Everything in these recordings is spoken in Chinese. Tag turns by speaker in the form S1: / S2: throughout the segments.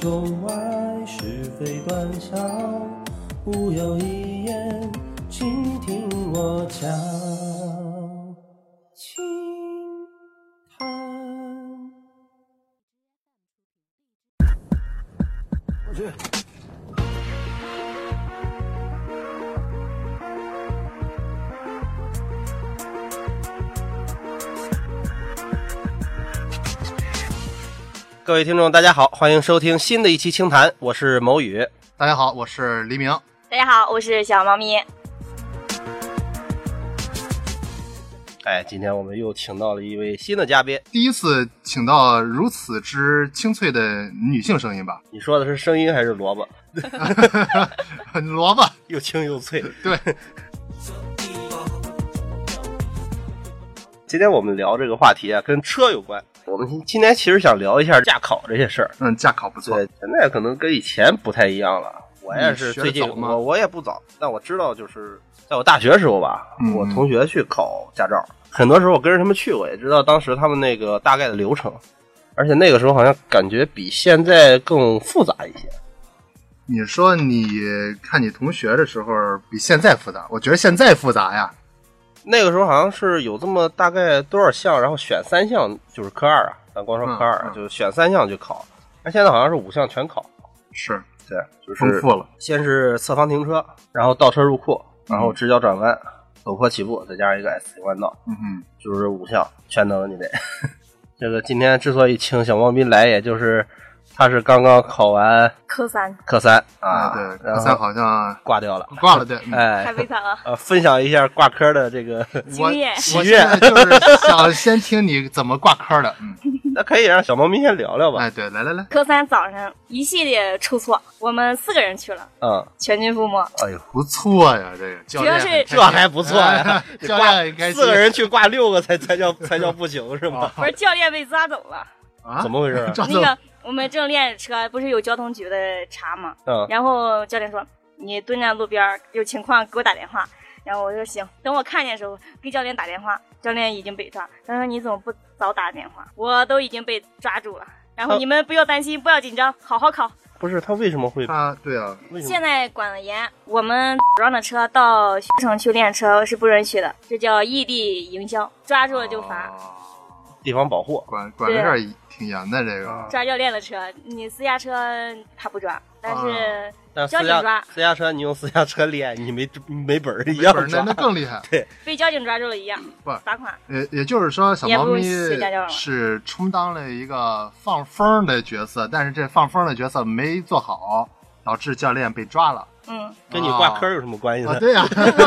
S1: 中外，是非短小，吾有一言，请听我讲。轻叹。
S2: 各位听众，大家好，欢迎收听新的一期清谈，我是某宇。
S3: 大家好，我是黎明。
S4: 大家好，我是小猫咪。
S2: 哎，今天我们又请到了一位新的嘉宾，
S3: 第一次请到如此之清脆的女性声音吧，
S2: 你说的是声音还是萝卜？
S3: 很萝卜。
S2: 又轻又脆。
S3: 对，
S2: 今天我们聊这个话题啊，跟车有关。我们今天其实想聊一下驾考这些事儿。
S3: 嗯，驾考不错。
S2: 对，现在可能跟以前不太一样了。我也是
S3: 你学得
S2: 最近
S3: 早吗
S2: 我我也不早，但我知道就是在我大学时候吧，
S3: 嗯
S2: 我同学去考驾照，很多时候我跟着他们去，我也知道当时他们那个大概的流程，而且那个时候好像感觉比现在更复杂一些。
S3: 你说你看你同学的时候比现在复杂，我觉得现在复杂呀。
S2: 那个时候好像是有这么大概多少项，然后选三项就是科二啊，咱光说科二、啊
S3: 嗯嗯
S2: 就选三项去考，那现在好像是五项全考。
S3: 是
S2: 对，就是
S3: 丰富了。
S2: 先是侧方停车，然后倒车入库，然后直角转弯、陡坡起步，再加上一个 S 型弯道，
S3: 嗯哼，
S2: 就是五项全能，你得。 这个今天之所以请小猫咪来，也就是他是刚刚考完
S4: 科三
S2: 科三啊，
S3: 啊，对，
S2: 然
S3: 科
S2: 后
S3: 三好像
S2: 挂掉了，
S3: 挂了，对。嗯
S2: 哎
S4: 太，悲惨 了，
S2: 呃，分享一下挂科的这个，
S3: 我
S4: 经验
S3: 我现在就是想先听你怎么挂科的。嗯，
S2: 那可以让小猫咪先聊聊吧，
S3: 哎，对，来来来，
S4: 科三早上一系列出错，我们四个人去了，
S2: 嗯，
S4: 全军覆没。
S2: 哎呦，
S3: 不错呀，这个教练
S4: 主要是
S3: 很开心，
S2: 这还不错呀
S3: 哎，
S2: 你
S3: 教
S2: 挂
S3: 练很开心。
S2: 四个人去挂六个才才叫才叫不行是吗？
S4: 不是教练被抓走了，
S3: 啊
S2: 怎么回事啊？
S3: 赵
S4: 那
S3: 总
S4: 个我们正练着车，不是有交通局的查吗？
S2: 嗯，
S4: 然后教练说：“你蹲在路边儿，有情况给我打电话。”然后我说：“行。”等我看见的时候，给教练打电话，教练已经被抓。他说：“你怎么不早打电话？我都已经被抓住了。”然后
S2: 他
S4: 你们不要担心，不要紧张，好好考。
S2: 不是他为什么会
S3: 他对啊，
S2: 为什么
S4: 现在管得严，我们组装的车到学城去练车是不允许的，这叫异地营销，抓住了就罚。
S3: 哦
S2: 地方保护？
S3: 管管的事儿挺严的，这
S2: 啊
S3: 个
S4: 抓教练的车，你私家车他不抓，但是
S2: 但是
S4: 交
S2: 私
S4: 警
S2: 家
S4: 抓
S2: 私家车你用私家车练，你没没本儿一
S3: 没
S2: 样
S3: 准儿那
S2: 抓
S3: 那更 厉害。
S4: 被交警抓住了一样
S3: 不是，
S4: 罚款。
S3: 也也就是说，小猫咪
S4: 也不如学家教了
S3: 是充当了一个放风的角色，但是这放风的角色没做好，导致教练被抓了。
S4: 嗯。
S2: 跟你挂科儿有什么关系呢？
S3: 啊，对呀、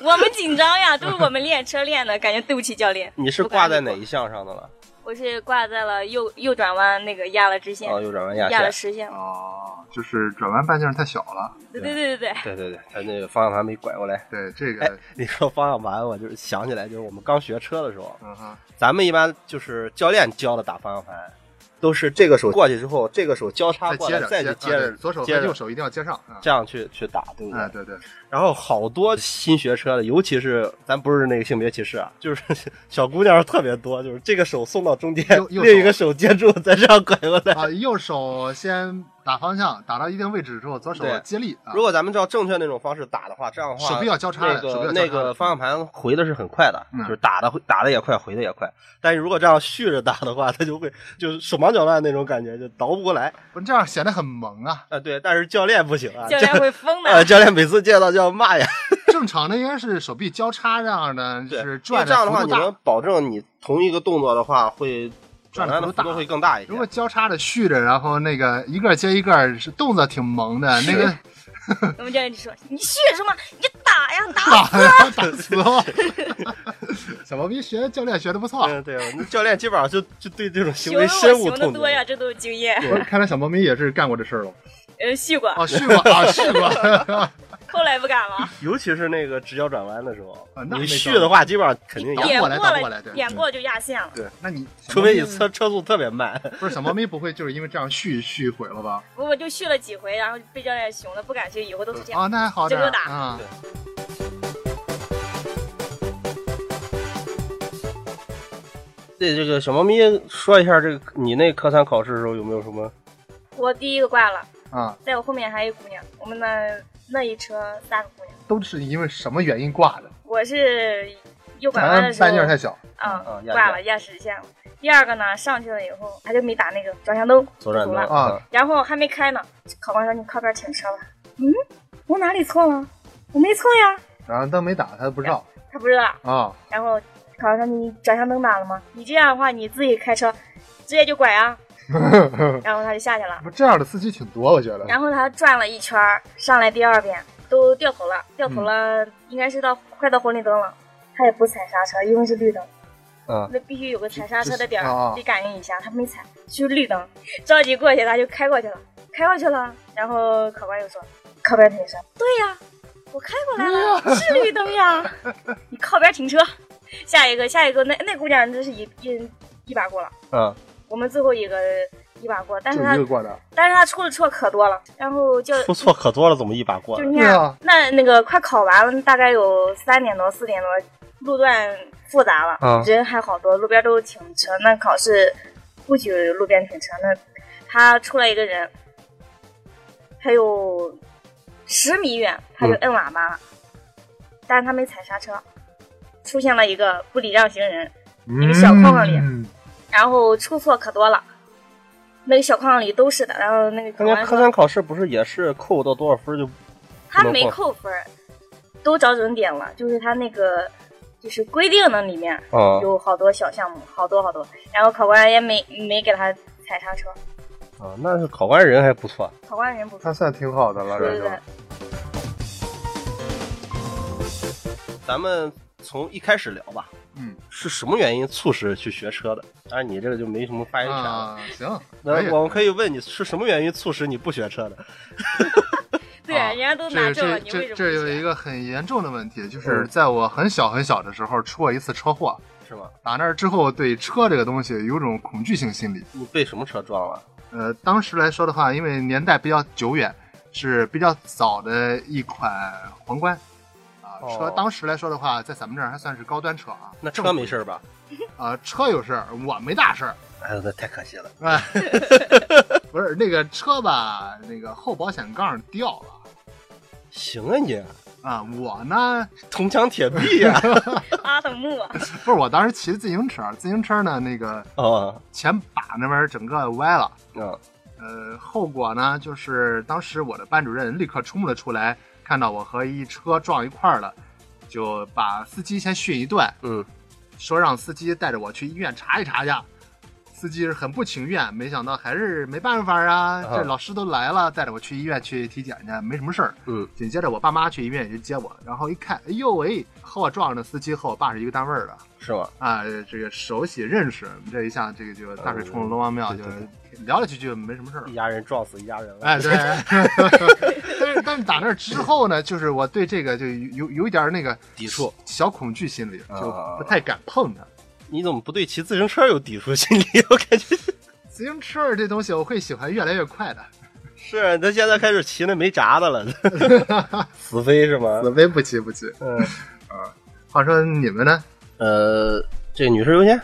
S4: 我们紧张呀，都是我们练车练的，感觉对不起教练。
S2: 你是挂在哪一项上的了？
S4: 我是挂在了右右转弯那个压了直线，
S2: 哦，右转弯压
S4: 压了
S2: 线。
S4: 实线。
S3: 哦，就是转弯半径太小了。
S4: 对对对对对，
S2: 对啊对对，他那个方向盘没拐过来。
S3: 对这
S2: 哎
S3: 个，，
S2: 你说方向盘，我就是想起来，就是我们刚学车的时候，
S3: 嗯哼，
S2: 咱们一般就是教练教的打方向盘，都是这个手过去之后，这个手交叉
S3: 再
S2: 过
S3: 接
S2: 来，
S3: 着，
S2: 再去
S3: 接
S2: 接
S3: 啊
S2: 着
S3: 对左手和
S2: 接着嗯
S3: 右手一定要接上。啊
S2: 这样去去打，对不对
S3: 哎，？ 对对，
S2: 然后好多新学车的，尤其是咱不是那个性别歧视啊，就是 小姑娘特别多，就是这个手送到中间，
S3: 右右手
S2: 另一个手接住，再这样拐过来。
S3: 啊，右手先打方向，打到一定位置之后，左手
S2: 对
S3: 接力啊
S2: 如。果咱们照正确那种方式打的话，这样的话
S3: 手臂要交叉的
S2: 那
S3: 手臂要
S2: 个
S3: 交叉的
S2: 那个方向盘回的是很快的，
S3: 嗯
S2: 就是打的打的也快，回的也快。但是如果这样续着打的话，他就会就是手忙脚乱那种感觉，就倒不过来
S3: 不这样显得很萌啊。
S2: 啊。对，但是教练不行啊，
S4: 嗯教练会疯
S2: 啊，
S4: 的。
S2: 教练每次见到就要骂呀。
S3: 正常的应该是手臂交叉这样的，
S2: 对，
S3: 是
S2: 因为
S3: 转
S2: 这样的话，
S3: 幅
S2: 你
S3: 度大
S2: 能保证你同一个动作的话会
S3: 转
S2: 弯
S3: 得
S2: 的
S3: 幅
S2: 幅
S3: 度
S2: 度
S3: 大
S2: 会更大一些
S3: 如。果交叉着续着，然后那个一个接一个，是动作挺萌的，那个
S4: 我们教练就说：“你学什么？你打呀打！”
S2: 啊
S3: 打呀打死 我！小毛逼学教练学的不错，
S2: 嗯，对，我们教练基本上就就对这种行
S4: 熊我
S2: 为深恶
S4: 熊的
S2: 痛
S4: 多呀，
S2: 绝。
S4: 这都有经验。
S3: 我看来小猫咪也是干过这事儿了。
S4: 呃，续过，
S3: 哦，续过啊，续过。
S4: 后来不敢 了，
S2: 尤其是那个直角转弯的时候
S3: 啊，那没
S2: 你
S3: 招
S2: 续的话，基本上肯定
S3: 打
S2: 压
S3: 过
S4: 点
S3: 来打过来
S4: 了
S3: 对
S4: 点过就压线了。
S2: 对
S3: 那你
S2: 除
S4: 嗯
S2: 非你
S3: 测
S2: 车车速特别慢，
S3: 不是小猫咪不会就是因为这样续续毁了吧？
S4: 我我就续了几回，然后被教练熊了，不敢续，以后都是这样。
S3: 哦，那还好点
S4: 就
S3: 儿
S4: 够打
S3: 啊。
S2: 对这个小猫咪说一下，这个你那科三考试的时候有没有什么
S4: 我第一个挂了，
S3: 啊，
S4: 在我后面还有一姑娘，我们那那一车三个姑娘，
S3: 都是因为什么原因挂的？
S4: 我是右拐弯
S3: 咱
S4: 的时候
S3: 半，径太小，
S4: 嗯，
S2: 啊，压
S4: 挂
S2: 压
S4: 了压实线了。第二个呢，上去了以后，他就没打那个转向灯，
S2: 左转灯
S4: 了
S3: 啊，
S4: 然后还没开呢，考官说你靠边停车吧。嗯，我哪里错了？我没错呀。
S3: 然后灯没打，他不知道
S4: 他不知道。
S3: 啊。
S4: 然后考官说你转向灯打了吗？你这样的话你自己开车，直接就拐啊。然后他就下去了，
S3: 不，这样的司机挺多，我觉得。
S4: 然后他转了一圈儿，上来第二遍都掉头了，掉头了，
S3: 嗯
S4: 应该是到快到红绿灯了。他也不踩刹车，因为是绿灯，
S2: 啊，
S4: 那必须有个踩刹车的
S3: 嗯
S4: 点
S3: 就是啊
S4: 儿，得感应一下。他没踩，就是绿灯，着急过去他就开过去了，开过去了。然后考官又说：“靠边停车。”对呀，我开过来
S3: 哎
S4: 了，是绿灯 呀。你靠边停车。下一个，下一个，那那姑娘真是一一一把过了，
S3: 嗯
S2: 啊，
S4: 我们最后一个一把过，但
S3: 就是一
S4: 她
S3: 个过的，
S4: 但是她出的错可多了，然后就
S2: 出错可多了，怎么一把过
S4: 就
S2: 来
S4: 是？那
S3: 对
S4: 样。
S3: 啊，
S4: 那那个快考完了，大概有三点多、四点多，路段复杂了，
S2: 嗯
S4: 人还好多，路边都停车。那考试不许路边停车，那他出来一个人，还有十米远，他就摁喇叭了，但是他没踩刹车，出现了一个不礼让行人，
S3: 一
S4: 个小框框里然后出错可多了。那个小框里都是的，然后那个考
S2: 人家
S4: 官
S2: 科
S4: 说
S2: 三考试不是也是扣到多少分就
S4: 他没扣分儿，都找准点了，就是他那个就是规定的里面
S2: 啊
S4: 有好多小项目，好多好多，然后考官也没没给他踩刹车，
S2: 啊？那是考官人还不错，
S4: 考官人不错
S3: 他，算挺好的了，
S4: 对
S3: 这
S4: 对对
S3: 就。
S2: 咱们从一开始聊吧。
S3: 嗯，
S2: 是什么原因促使去学车的？当然你这个就没什么发言权了。
S3: 啊，行，
S2: 那、
S3: 可以
S2: 我们可以问你是什么原因促使你不学车的？
S4: 对，
S3: 啊
S4: 人家都拿
S3: 这
S4: 证了，
S3: 这
S4: 你为什
S3: 这
S4: 么
S3: 这有一
S4: 个
S3: 个很严重的问题，就是
S2: 嗯
S3: 在我很小很小的时候出过一次车祸，
S2: 是吗？
S3: 打那儿之后对车这个东西有种恐惧性心理。
S2: 你被什么车撞了？
S3: 呃，当时来说的话，因为年代比较久远，是比较早的一款皇冠。啊，
S2: 哦
S3: 车当时来说的话，在咱们这儿还算是高端车啊。
S2: 那
S3: 正
S2: 车
S3: 规
S2: 没事儿吧？
S3: 啊，车有事儿，我没大事儿。
S2: 哎呦，那太可惜了。
S3: 哎， 不是那个车吧，那个后保险杠掉了
S2: 行啊你，
S3: 啊。我呢，
S2: 铜墙铁壁呀、
S4: 阿童木啊，
S3: 不是我当时骑自行车，自行车呢那个
S2: 啊！
S3: 前把那边儿整个歪了。
S2: 啊
S3: 呃，后果呢，就是当时我的班主任立刻冲了出来，看到我和一车撞一块儿了，就把司机先训一顿，
S2: 嗯，
S3: 说让司机带着我去医院查一查去。司机是很不情愿，没想到还是没办法啊，这
S2: 啊
S3: 老师都来了，带着我去医院去体检去，没什么事儿。
S2: 嗯，
S3: 紧接着我爸妈去医院也就接我，然后一看，哎呦喂，和我撞上的司机和我爸是一个单位儿的
S2: 是吗？
S3: 啊，这个熟悉认识，这一下这个就大水冲了龙王庙，
S2: 嗯
S3: 就
S2: 呃对对嗯
S3: 聊了几句，没什么事儿了
S2: 一。家人撞死一家人了。
S3: 哎，对。 但是但是打那之后呢，就是我对这个就有有一点那个
S2: 抵触，
S3: 小恐惧心理，就
S2: 啊
S3: 不太敢碰它。
S2: 你怎么不对骑自行车有抵触心理？ 我感觉
S3: 自行车儿这东西，我会喜欢越来越快的，
S2: 是啊他现在开始骑那没闸的了， 死飞是吗？
S3: 紫薇不急不急。
S2: 嗯，
S3: 话说你们呢？
S2: 呃，这女士优先，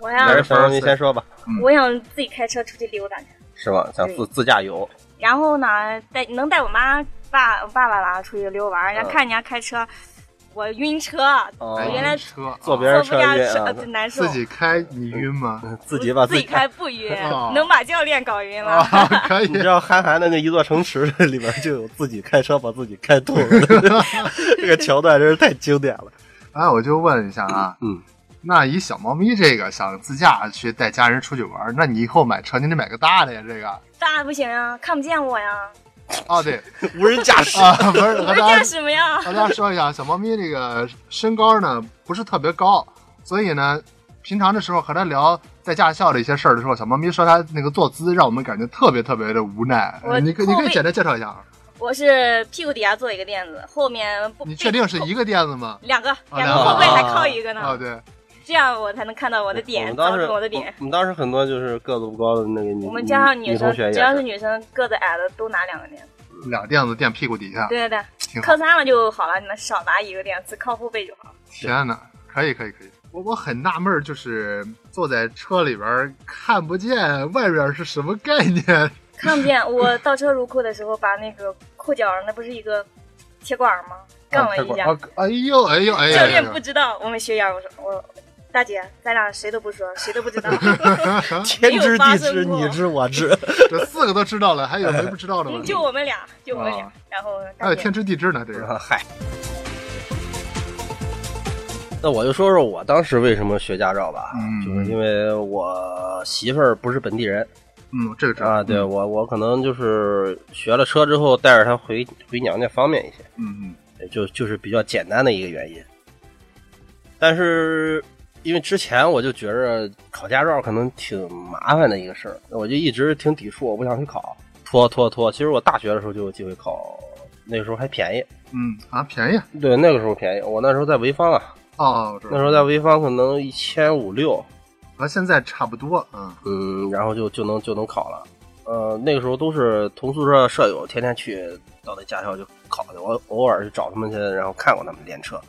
S4: 我
S3: 哎
S2: 男
S4: 想
S2: 人小王您先说吧，
S4: 我想自己开车出去溜达去，
S2: 是吧？想自自驾游，
S4: 然后呢带能带我妈爸我爸爸啦出去溜达玩儿，人家
S2: 嗯
S4: 看人家开车，我晕车，
S2: 哦
S4: 我
S3: 哎
S4: 原来
S3: 车啊
S2: 坐别
S4: 坐
S2: 人
S4: 不下
S2: 晕
S4: 车
S2: 啊
S4: 呃真难受
S3: 自。己开，你晕吗？
S2: 嗯自己把
S4: 自己
S2: 己开。
S4: 开不晕
S3: 哦，
S4: 能把教练搞晕了。
S3: 啊，可以
S2: 你知道憨憨的那一座城池里边就有自己开车把自己开吐了， 这个桥段真是太经典了。
S3: 啊！我就问一下啊，
S2: 嗯，
S3: 那以小猫咪这个想自驾去带家人出去玩儿，那你以后买车你得买个大的呀，这个。
S4: 大不行啊，看不见我呀，
S3: 哦，对
S2: 无人驾驶，
S3: 啊，不是，
S4: 我
S3: 和
S4: 是
S3: 大家
S4: 干什么呀？
S3: 和大家说一下，小猫咪这个身高呢不是特别高，所以呢，平常的时候和它聊在驾校的一些事儿的时候，小猫咪说它那个坐姿让我们感觉特别特别的无奈。
S4: 我
S3: 你可你
S4: 后
S3: 可以
S4: 背
S3: 简单介绍一下，
S4: 我是屁股底下坐一个垫子，后面不
S3: 你确定是
S4: 背
S3: 一个垫子 吗？
S4: 两个，
S3: 哦
S4: 两
S3: 两
S4: 个
S3: 个
S4: 后背还靠一个呢，
S3: 啊，对，
S4: 这样我才能看到我的
S2: 我
S4: 点，
S2: 们
S4: 找
S2: 当时
S4: 准我的点。
S2: 我们当时很多就是个子不高的那个女，
S4: 我们加上
S2: 女
S4: 生
S2: 同学，也
S4: 只要是女生个子矮的都拿两个垫子。
S3: 俩垫子垫屁股底下，
S4: 对对
S3: 挺
S4: 对，
S3: 好
S4: 靠山了就好了，你们少拿一个垫，只靠后背就好了。
S3: 天哪，可以可以可以。我我很纳闷儿， 就是坐在车里边儿看不见外边儿是什么概念，
S4: 看不见。 我倒车入库的时候，把那个裤脚那不是一个铁管吗？杠了一下。
S2: 啊
S3: 哎呦哎呦哎呦！
S4: 教
S3: 哎
S4: 练
S3: 呦
S4: 不知道，我们学员我说我大姐，咱俩谁都不说，谁都不 知道。
S5: 天知地知，
S4: 没有发生过
S5: 你知我知。
S3: 这四个都知道了，还有没不知道的吗
S4: 嗯？ 就我们俩，就我们俩
S3: 啊。
S4: 然后
S3: 还有
S4: 大姐
S3: 天知地知呢，这 个。
S2: 嗨。那我就说说我当时为什么学驾照吧，
S3: 嗯
S2: 就是因为我媳妇儿不是本地人
S3: 嗯，这个知道
S2: 啊，对我我可能就是学了车之后带着她回回娘家方便一些。
S3: 嗯
S2: 就就是比较简单的一个原因。但是因为之前我就觉着考驾照可能挺麻烦的一个事儿，我就一直挺抵触，我不想去考，拖拖拖。其实我大学的时候就有机会考，那时候还便宜。
S3: 嗯嗯啊，便宜
S2: 对，那个时候便宜，我那时候在潍坊啊，
S3: 哦，我知
S2: 那
S3: 道
S2: 时候在潍坊可能一千五六，
S3: 和现在差不多啊。
S2: 嗯，然后就就能就能考了。呃，那个时候都是同宿舍舍友，天天去到那驾校就考去。我偶尔去找他们去，然后看过他们练车。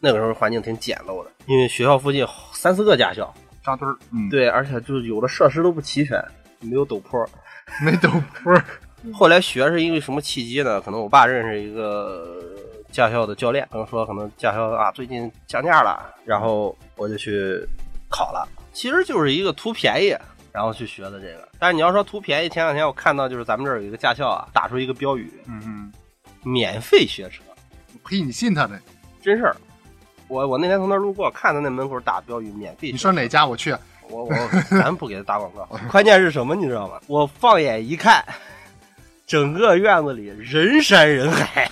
S2: 那个时候环境挺简陋的，因为学校附近好三四个驾校，
S3: 扎堆儿，嗯，，
S2: 对，而且就是有的设施都不齐全，没有陡坡。
S3: 没陡坡儿，
S2: 后来学是因为什么契机呢？可能我爸认识一个驾校的教练，可能说可能驾校啊最近降价了，然后我就去考了。其实就是一个图便宜，然后去学的这个。但是你要说图便宜，前两天我看到就是咱们这儿有一个驾校啊，打出一个标语
S3: 嗯嗯，
S2: “免费学车
S3: 呸，你信他的？”，
S2: 真事儿。我我那天从那儿路过，看到那门口打标语“免费学车”，
S3: 你说哪家我去？
S2: 我我咱不给他打广告，关键是什么你知道吗？我放眼一看，整个院子里人山人海，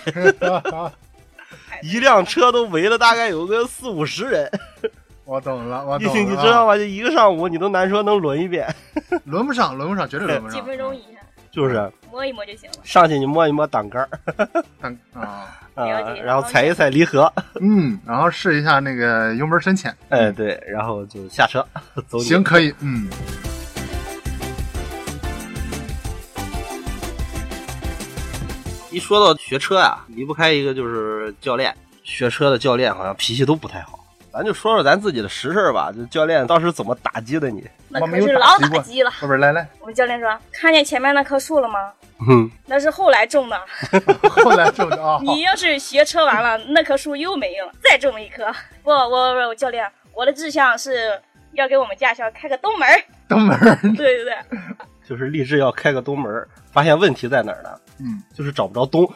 S2: 一辆车都围了大概有个四五十人。
S3: 我懂了，我
S2: 你
S3: 啊懂了，
S2: 你知道吗？就一个上午，你都难说能轮一 遍。
S3: 轮不上，轮不上，绝对轮不上。
S4: 几分钟一下，
S2: 就是
S4: 摸一摸就行了。
S2: 上去你摸一摸挡杆儿
S3: 但啊，
S2: 啊、
S4: 了解
S2: 然后踩一踩离合，
S3: 嗯，然后试一下那个油门深浅，
S2: 哎对，然后就下车 走你。
S3: 嗯行，可以，嗯，
S2: 一说到学车啊，离不开一个就是教练。学车的教练好像脾气都不太好。咱就说说咱自己的实事儿吧，就教练当时怎么打击的你？
S4: 那
S3: 我
S4: 可
S3: 没有
S4: 是
S3: 打
S4: 老
S3: 击
S4: 打
S3: 过，
S4: 击了。
S3: 不是，来来，
S4: 我们教练说：“看见前面那棵树了吗？
S2: 嗯，
S4: 那是后来种的。
S3: 哦后来就啊，
S4: 你要是学车完了，那棵树又没用了，再种一棵。不，我我我教练，我的志向是要给我们驾校开个东门儿。
S3: 东门儿，
S4: 对 对对，
S2: 就是立志要开个东门儿，发现问题在哪儿呢？
S3: 嗯，
S2: 就是找不着 东。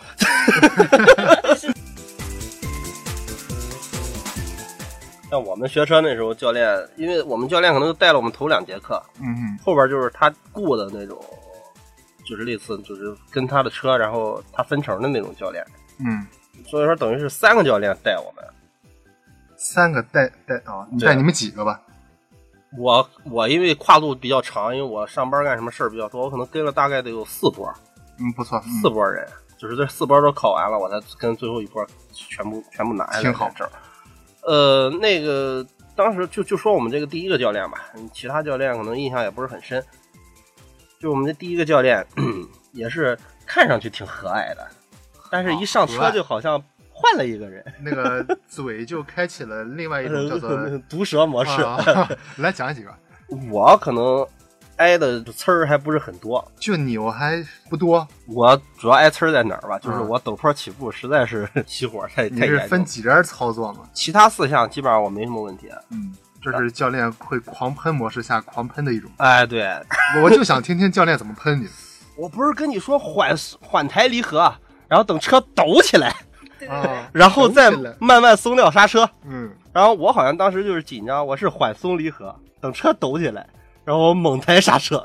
S2: 像我们学车那时候，教练，因为我们教练可能就带了我们头两节课，
S3: 嗯
S2: 后边就是他雇的那种，就是类似就是跟他的车，然后他分成的那种教练，
S3: 嗯，
S2: 所以说等于是三个教练带我们。
S3: 三个带带啊，你带你们几个吧？
S2: 我我因为跨度比较长，因为我上班干什么事儿比较多，我可能跟了大概得有四波，
S3: 嗯，不错，
S2: 四波人，就是这四波都考完了，我才跟最后一波全部全部拿下来
S3: 挺好
S2: 这儿。呃，那个当时就就说我们这个第一个教练吧，嗯其他教练可能印象也不是很深。就我们的第一个教练也是看上去挺和蔼的，但是一上
S3: 和
S2: 车
S3: 蔼
S2: 就好像换了一个 人，
S3: 那个嘴就开启了另外一种叫做
S2: 毒舌嗯模式。
S3: 啊， 来讲几个。
S2: 我可能挨的刺儿还不是很多，
S3: 就你我还不多，
S2: 我主要挨刺儿在哪儿吧？就是
S3: 嗯
S2: 我陡坡起步实在是 熄火太
S3: 你
S2: 太
S3: 是
S2: 严重
S3: 分
S2: 了。
S3: 几轮操作嘛？
S2: 其他四项基本上我没什么问题。
S3: 嗯，这
S2: 啊
S3: 是教练会狂喷模式下狂喷的一种。
S2: 哎，对，
S3: 我就想听听教练怎么喷你。
S2: 我不是跟你说缓缓抬离合，然后等车抖起来，
S4: 对对对。
S3: 啊，
S2: 然后再
S3: 抖起来
S2: 慢慢松掉刹车。
S3: 嗯，
S2: 然后我好像当时就是紧张，我是缓松离合，等车抖起来，然后我猛抬刹车，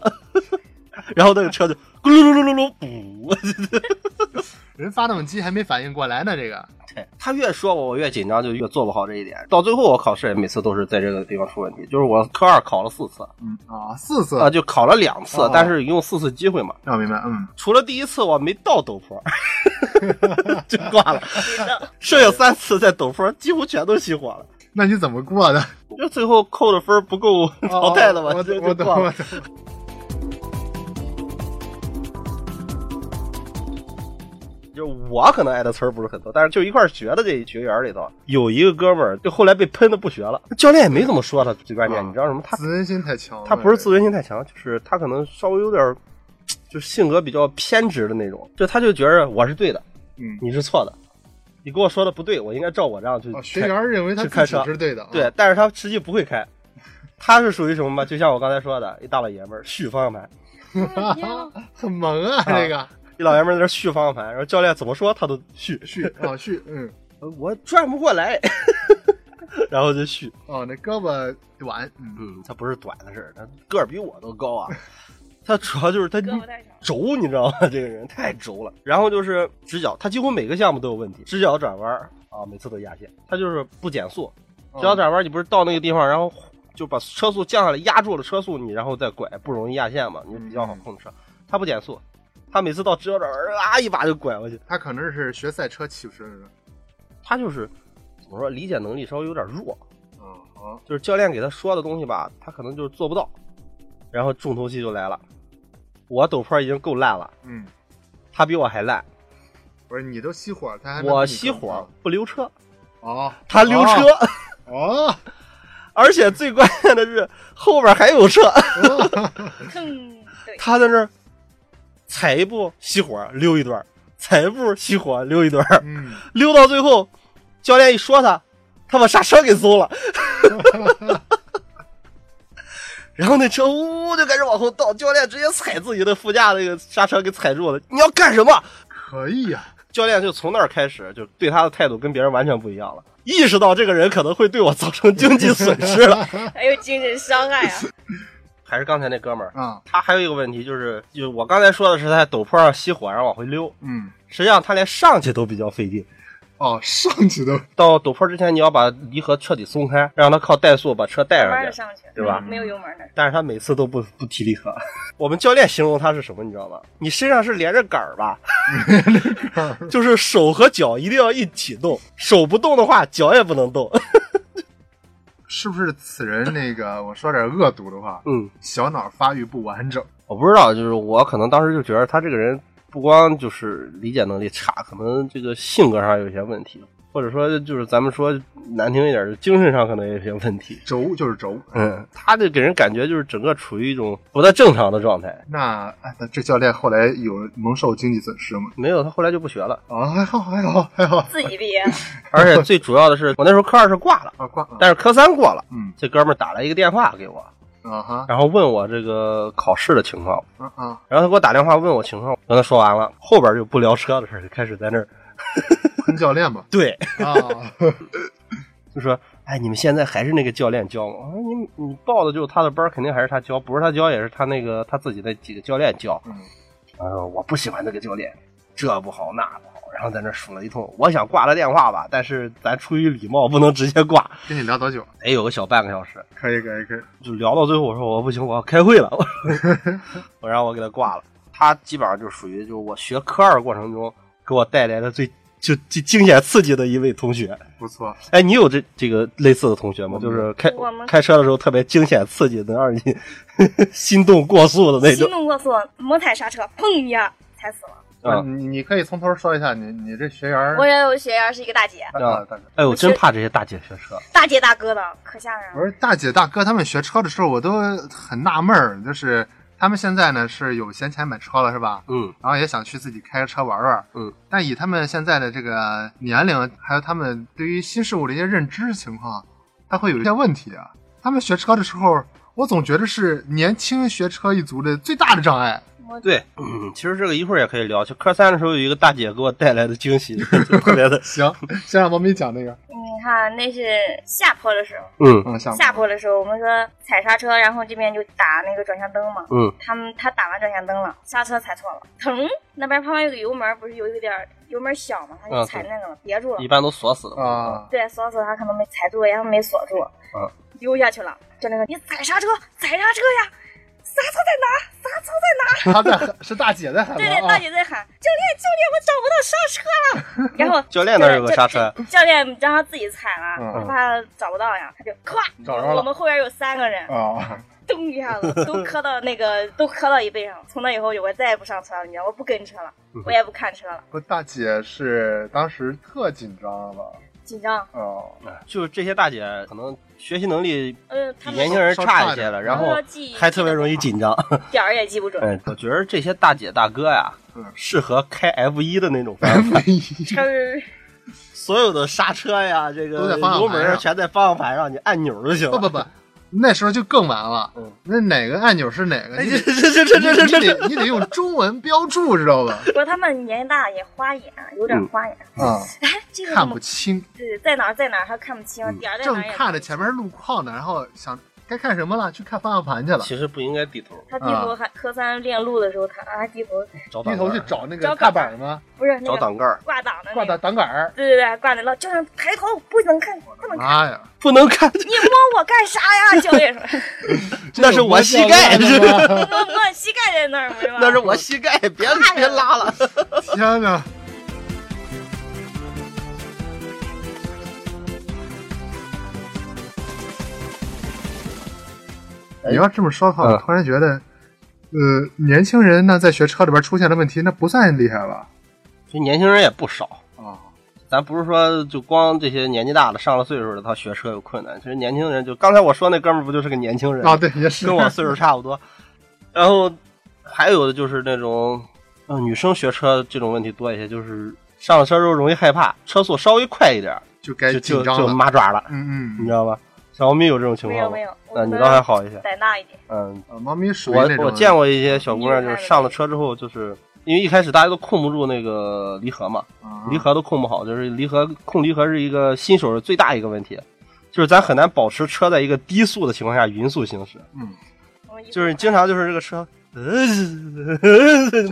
S2: 然后那个车就咕噜噜噜噜噜，噗！
S3: 人发动机还没反应过来呢，这个
S2: 他越说我，我越紧张，就越做不好这一点。到最后我考试也每次都是在这个地方出问题，就是我科二考了四次啊、
S3: 嗯啊，四次，
S2: 就考了两次
S3: 哦，
S2: 但是一共四次机会嘛。
S3: 让我明白，嗯，
S2: 除了第一次我没到陡坡， 就挂了，剩下三次在陡坡几乎全都熄火了。
S3: 那你怎么过的？
S2: 就最后扣的分不够 淘汰了嘛，
S3: 哦我
S2: 就
S3: 我
S2: 就
S3: 懂
S2: 挂
S3: 我
S2: 了。
S3: 懂。
S2: 就我可能挨的词儿不是很多，但是就一块儿学的这一学员里头，有一个哥们儿就后来被喷的不学了，教练也没怎么说他，最关键
S3: 啊
S2: 你知道什么？他
S3: 自尊心太强了，
S2: 他不是自尊心太强，就是他可能稍微有点儿就是性格比较偏执的那种，就他就觉着我是对的，
S3: 嗯，
S2: 你是错的，你跟我说的不对，我应该照我这样去开、
S3: 哦学员认为他
S2: 去
S3: 自
S2: 开
S3: 己
S2: 车
S3: 是对的，哦
S2: 对，，但是他实际不会开，他是属于什么嘛？就像我刚才说的，一大老爷们儿续方向盘，
S3: 很萌啊，这个
S2: 一老爷们儿在那儿续方向盘，然后教练怎么说他都续，
S3: 续啊续，嗯，
S2: 呃我转不过来， 然后就续。
S3: 哦，那胳膊短，嗯，
S2: 嗯，他不是短的事儿，他个儿比我都高啊。他主要就是他
S4: 胳膊太长。
S2: 轴，你知道吗？这个人太轴了。然后就是直角，他几乎每个项目都有问题，直角转弯儿啊，每次都压线。他就是不减速，直
S3: 哦嗯
S2: 角转弯儿你不是到那个地方，然后就把车速降下来，压住了车速你，然后再拐，不容易压线嘛，你就比较
S3: 嗯
S2: 好控制车。他不减速，他每次到直角转弯儿啊一把就拐过去，
S3: 他可能是学赛车起身的，
S2: 他就是怎么说，理解能力稍微有点弱。
S3: 啊啊，
S2: 就是教练给他说的东西吧，他可能就是做不到，然后重头戏就来了。我陡坡已经够烂了，
S3: 嗯，
S2: 他比我还烂，
S3: 不是你都熄火，他还能
S2: 我
S3: 比你
S2: 熄
S3: 更
S2: 火不留车，
S3: 高哦，
S2: 他溜车，
S3: 哦，哦，
S2: 而且最关键的是后边还有车，
S4: 哼，对，
S2: 他在那儿踩一步熄火溜一段，踩一步熄火溜一段，
S3: 嗯，
S2: 溜到最后，教练一说他，他把刹车给松了， 然后那车呜就开始往后倒，教练直接踩自己的副驾那个刹车给踩住了。你要干什么？
S3: 可以呀，
S2: 教练就从那儿开始就对他的态度跟别人完全不一样了，意识到这个人可能会对我造成经济损失了。
S4: 还有精神伤 害啊！
S2: 还是刚才那哥们儿，
S3: 啊，
S2: 他还有一个问题就是，就我刚才说的是他在陡坡上熄火，然后往回溜，
S3: 嗯，
S2: 实际上他连上去都比较费劲。
S3: 哦，上去的，
S2: 到陡坡之前，你要把离合彻底松开，让它靠怠速把车带
S4: 慢的
S2: 上去。
S4: 上去，
S2: 对吧
S4: 没有油门的，
S2: 但是他每次都不不提离合。 我们教练形容他是什么，你知道吗？你身上是连着杆儿吧？ 就是手和脚一定要一起动，手不动的话，脚也不能动。
S3: 是不是此人那个？我说点恶毒的话，
S2: 嗯，
S3: 小脑发育不完整，
S2: 我不知道，就是我可能当时就觉得他这个人不光就是理解能力差，可能这个性格上有一些问题，或者说就是咱们说难听一点，就精神上可能有一些问题。
S3: 轴就是轴，
S2: 嗯，他就给人感觉就是整个处于一种不太正常的状态。
S3: 那哎，那这教练后来有蒙受经济损失吗？
S2: 没有，他后来就不学了。
S3: 啊，还好，还好，还好，
S4: 自己毕业了，
S2: 而且最主要的是，我那时候科二是挂了，
S3: 啊挂啊，
S2: 但是科三过了。
S3: 嗯
S2: 这哥们儿打来一个电话给我，
S3: 啊哈，
S2: 然后问我这个考试的情况。
S3: 啊啊，
S2: 然后他给我打电话问我情况，跟他说完了，后边就不聊车的事儿，就开始在那儿，
S3: 喷教练吧
S2: 对，
S3: 啊，
S2: 就说：“哎，你们现在还是那个教练教吗？”我说：“你你报的就是他的班儿，肯定还是他教，不是他教也是他那个他自己的几个教练教。”
S3: 嗯
S2: 他说我不喜欢这个教练，这不好那不好，然后在那儿数了一通。我想挂他电话吧，但是咱出于礼貌不能直接挂，哎
S3: 跟你聊多久？啊
S2: 得有个小半个小时。
S3: 可以，可以，可以，
S2: 就聊到最后，我说我不行，我要开会了， 我说我让我给他挂了。他基本上就属于就是我学科二过程中给我带来的最就最惊险刺激的一位同学。
S3: 不错，
S2: 哎，你有这这个类似的同学吗？
S3: 我没
S2: 就
S3: 有
S2: 是开
S4: 我们
S2: 开车的时候特别惊险刺激，能让你 心动过速的那
S4: 心
S2: 种。
S4: 动过速，猛踩刹车，砰一下踩死了。
S3: 啊，
S2: 啊，
S3: 你你可以从头说一下，你你这学员儿
S4: 我也有学员是一个大姐，
S3: 大哥，大哥。
S2: 哎，我真怕这些大姐学车。
S4: 大姐大哥的，可吓人
S3: 我
S4: 了。
S3: 说大姐大哥他们学车的时候，我都很纳闷儿，就是他们现在呢是有闲钱买车了，是吧？
S2: 嗯，
S3: 然后也想去自己开个车玩玩，
S2: 嗯。
S3: 但以他们现在的这个年龄，还有他们对于新事物的一些认知情况，他会有一些问题啊。他们学车的时候，我总觉得是年轻学车一族的最大的障碍。
S2: 对，嗯，其实这个一会儿也可以聊。就科三的时候，有一个大姐给我带来的惊 喜，就特别的，
S3: 行，先让猫咪讲那个，
S4: 你看，那是下坡的时候，
S2: 嗯
S3: 嗯，下
S4: 下坡的时候，我们说踩刹车，然后这边就打那个转向灯嘛。
S2: 嗯，
S4: 他们他打完转向灯了，刹车踩错了，腾那边旁边有个油门，不是有一点儿油门小嘛，他就
S2: 啊
S4: 踩那个了，别住了
S2: 一。般都锁死了。
S3: 啊，
S4: 对，锁死他可能没踩住，然后没锁住，
S2: 嗯
S4: 溜下去了。就那个，你踩刹车，踩刹车呀！刹车在哪？刹车在哪？
S3: 他在 喊，是大姐在喊
S4: 对对，
S3: 吗？啊
S4: 大，姐在喊教练，教练，我找不到刹车了。然后
S2: 教练那儿有个刹车
S4: 教教练让他自己踩
S3: 嗯
S4: 了，
S3: 嗯
S4: 他怕找不到呀，他就咵，
S3: 找着了
S4: 我们后边有三个人，
S3: 啊，
S4: 咚一下子 都磕到那个，都磕到椅背上。从那以后，我再也不上车了，你知道，我
S3: 嗯
S4: 不跟车了，我也不看车了。
S3: 不，大姐是当时特紧张了吧？啊
S4: 紧张。
S2: 哦，就是这些大姐可能学习能力
S4: 呃，他
S2: 比
S4: 们
S2: 年轻人
S3: 稍
S2: 差
S3: 差
S2: 一些
S3: 点
S2: 了，然
S4: 他们
S2: 后
S4: 说记忆
S2: 还特别容易紧张。
S4: 点儿也记不准，
S2: 嗯，我觉得这些大姐大哥呀
S3: 嗯，
S2: 适合开 F 一的那种方 法，
S4: 呲儿
S2: 所有的刹车呀，这
S3: 都
S2: 个
S3: 在方向
S2: 油门
S3: 盘
S2: 儿
S3: 上
S2: 全在方向盘上，你按钮儿就行
S3: 不
S2: 了。
S3: 不不，那时候就更完了
S2: 嗯。
S3: 那哪个按钮是哪个？
S2: 哎，
S3: 你
S2: 这
S3: 得
S2: 这这这这这这
S3: 你得你得用中文标注，知道吧？
S4: 不是他们年纪大也花眼，
S2: 嗯
S4: 有点花眼。
S3: 啊，
S4: 哎，这个
S3: 看
S4: 怎么
S3: 不清，
S4: 对在哪儿在哪儿还看不清，点儿在哪
S3: 正
S4: 儿也
S3: 看着前面是路况呢，然后想该看什么了，去看方向盘去了，
S2: 其实不应该低头
S4: 他低
S3: 嗯
S4: 头还科三练路的时候，他还低头，
S2: 找
S3: 低
S2: 挡
S3: 头
S2: 杆
S3: 去
S2: 儿，
S3: 找那
S4: 找
S3: 个
S4: 杆
S3: 踏板吗？
S4: 不是
S2: 找
S4: 那个
S2: 挡杆儿，
S4: 挂档的
S3: 挂
S4: 那
S3: 档
S4: 个，
S3: 挡杆儿。
S4: 对对对，挂的老教练抬头不能看，不
S2: 啊
S4: 能看，
S3: 妈呀，
S2: 不能看，
S4: 你摸我干啥 呀？教练 说，
S2: 那是我膝盖，
S3: 这有摸脚的吗
S4: 摸摸膝盖在那儿，是吧？
S2: 那是 我膝盖，别
S4: 看
S2: 别
S4: 着
S2: 拉了。
S3: 天哪！
S4: 哎
S3: 你要这么说的话，
S2: 嗯
S3: 我突然觉得，呃，年轻人那在学车里边出现的问题，那不算厉害了
S2: 这年轻人也不少，
S3: 啊。
S2: 咱不是说就光这些年纪大的、上了岁数的，他学车有困难。其实年轻人就刚才我说那哥们儿不就是个年轻人
S3: 啊，对，也是
S2: 跟我岁数差不多。然后还有的就是那种，呃，女生学车这种问题多一些，就是上了车之后容易害怕，车速稍微快一点儿
S3: 就该
S2: 就
S3: 紧
S2: 就
S3: 张
S2: 就
S3: 了。
S2: 麻爪了，
S3: 嗯
S2: 你
S3: 嗯
S2: 知道吧？小猫咪有这种情
S4: 没
S2: 况
S4: 有
S2: 吗
S4: 没？有，
S2: 那
S4: 我
S2: 你
S4: 们
S2: 倒还好一些。
S4: 胆大一点，
S2: 嗯，
S3: 啊，猫咪属于
S2: 我
S3: 那种
S2: 我见过一些小姑娘，就是上了车之后，就是因为一开始大家都控不住那个离合嘛，
S3: 啊
S2: 离合都控不好，就是离合控离合是一个新手最大一个问题，就是咱很难保持车在一个低速的情况下匀速行驶，
S4: 我一
S2: 就是经常就是这个车，呃，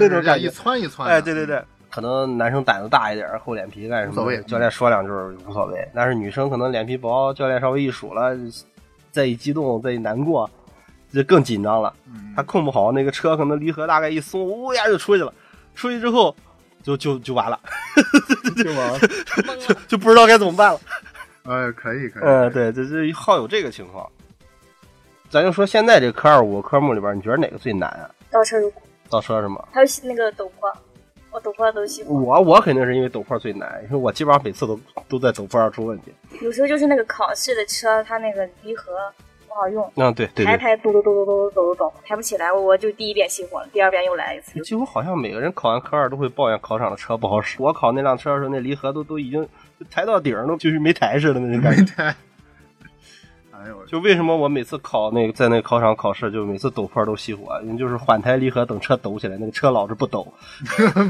S2: 那种
S3: 叫
S2: 感
S3: 一
S2: 觉，
S3: 窜一窜的。
S2: 哎，对对对。可能男生胆子大一点，厚脸皮干什么的？
S3: 无所谓
S2: 教练说两句儿无所谓。但是女生可能脸皮薄，教练稍微一数了，再一激动，再一难过，就更紧张了。
S3: 嗯，
S2: 他控不好那个车，可能离合大概一松，呜呀就出去了。出去之后，就就就完了，
S3: 对吧？
S4: 懵了，
S2: 就不知道该怎么 办了。
S3: 哎，可以可以。
S2: 嗯， 对，这这好有这个情况。咱就说现在这科二五科目里边，你觉得哪个最难啊？
S4: 倒车入库，
S2: 倒车是吗？
S4: 还有那个陡坡，我陡坡都喜欢，
S2: 我我肯定是因为陡坡最难，因为我基本上每次都都在陡坡上出问题。
S4: 有时候就是那个考试的车，它那个离合不好用。
S2: 嗯，对对
S4: 抬
S2: 对，
S4: 抬嘟嘟嘟嘟嘟嘟嘟嘟，抬不起来，我就第一遍熄火了，第二遍又来一次，
S2: 几乎好像每个人考完科二都会抱怨考场的车不好使。我考那辆车的时候，那离合都都已经就抬到顶儿都就是没抬似的那种感觉。
S3: 哎呦，
S2: 就为什么我每次考那个在那个考场考试，就每次陡坡都熄火，因为就是缓抬离合等车抖起来，那个车老是不抖。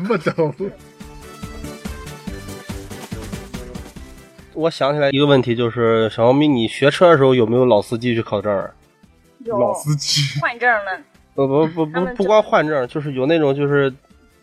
S3: 不懂。
S2: 我想起来一个问题，就是小猫咪，你学车的时候有没有老司机去考证啊？
S4: 有
S3: 司机
S4: 换证呢。
S2: 呃不不不
S4: 他
S2: 不
S4: 们就
S2: 不光换证，就是有那种就是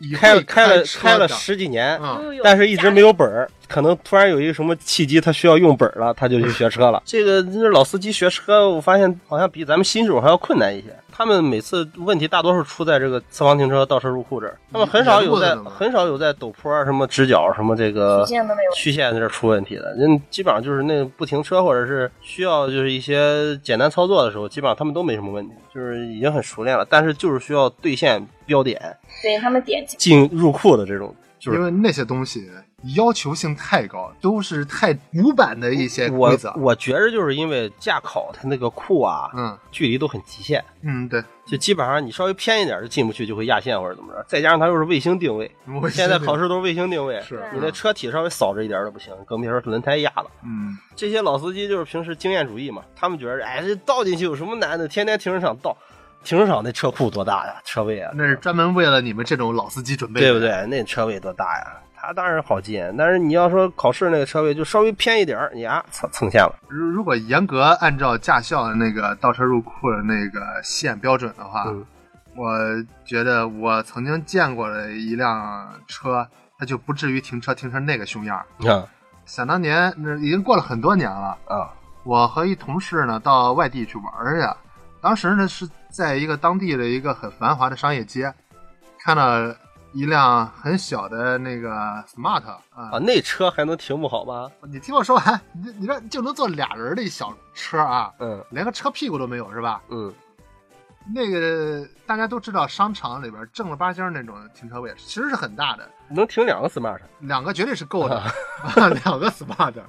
S3: 以
S2: 开了
S3: 会
S2: 开了
S3: 车
S2: 开了
S3: 的
S2: 十嗯几年，
S3: 啊，
S4: 又有
S2: 但是一直没
S4: 有。
S2: 有本儿，可能突然有一个什么契机，他需要用本儿了，他就去学车了。这个就是老司机学车，我发现好像比咱们新手还要困难一些。他们每次问题大多数出在这个侧方停车、倒车入库这儿，他们很少有
S3: 你
S2: 在
S3: 你路过的吗
S2: 很少有在陡坡啊、什么直角、什么这个
S4: 曲线都没有
S2: 曲线在这儿出问题的。人基本上就是那不停车或者是需要就是一些简单操作的时候，基本上他们都没什么问题，就是已经很熟练了。但是就是需要兑现标点
S4: 对他们点击
S2: 进入库的这种，就是
S3: 因为那些东西要求性太高，都是太古板的一些
S2: 我
S3: 规则。
S2: 我觉着就是因为驾考它那个库啊，
S3: 嗯
S2: 距离都很极限，
S3: 嗯，对，
S2: 就基本上你稍微偏一点就进不去，就会压线或者怎么着。再加上它又是卫星定位，
S3: 我
S2: 现在考试都是卫星定位，
S3: 是啊
S2: 你那车体稍微扫着一点都不行，更别说轮胎压了。
S3: 嗯，
S2: 这些老司机就是平时经验主义嘛，他们觉得哎，这倒进去有什么难的？天天停车场倒，停车场那车库多大呀？车位啊，
S3: 那是专门为了你们这种老司机准备的，
S2: 对不对？那车位多大呀？它当然好进，但是你要说考试那个车位就稍微偏一点儿，你啊蹭蹭线了。
S3: 如如果严格按照驾校的那个倒车入库的那个线标准的话，
S2: 嗯
S3: 我觉得我曾经见过的一辆车，它就不至于停车停成那个熊样儿。
S2: 你看
S3: 想当年，那已经过了很多年了，
S2: 啊，
S3: 我和一同事呢到外地去玩儿去，当时呢是在一个当地的一个很繁华的商业街，看到一辆很小的那个 smart 啊、
S2: 啊，那车还能停不好吗？
S3: 你听我说完，你你这就能坐俩人的一小车啊，
S2: 嗯
S3: 连个车屁股都没有是吧？
S2: 嗯
S3: 那个大家都知道，商场里边正儿八经那种停车位其实是很大的，
S2: 能停两个 smart，
S3: 两个绝对是够的，啊、 两个 SPA 的。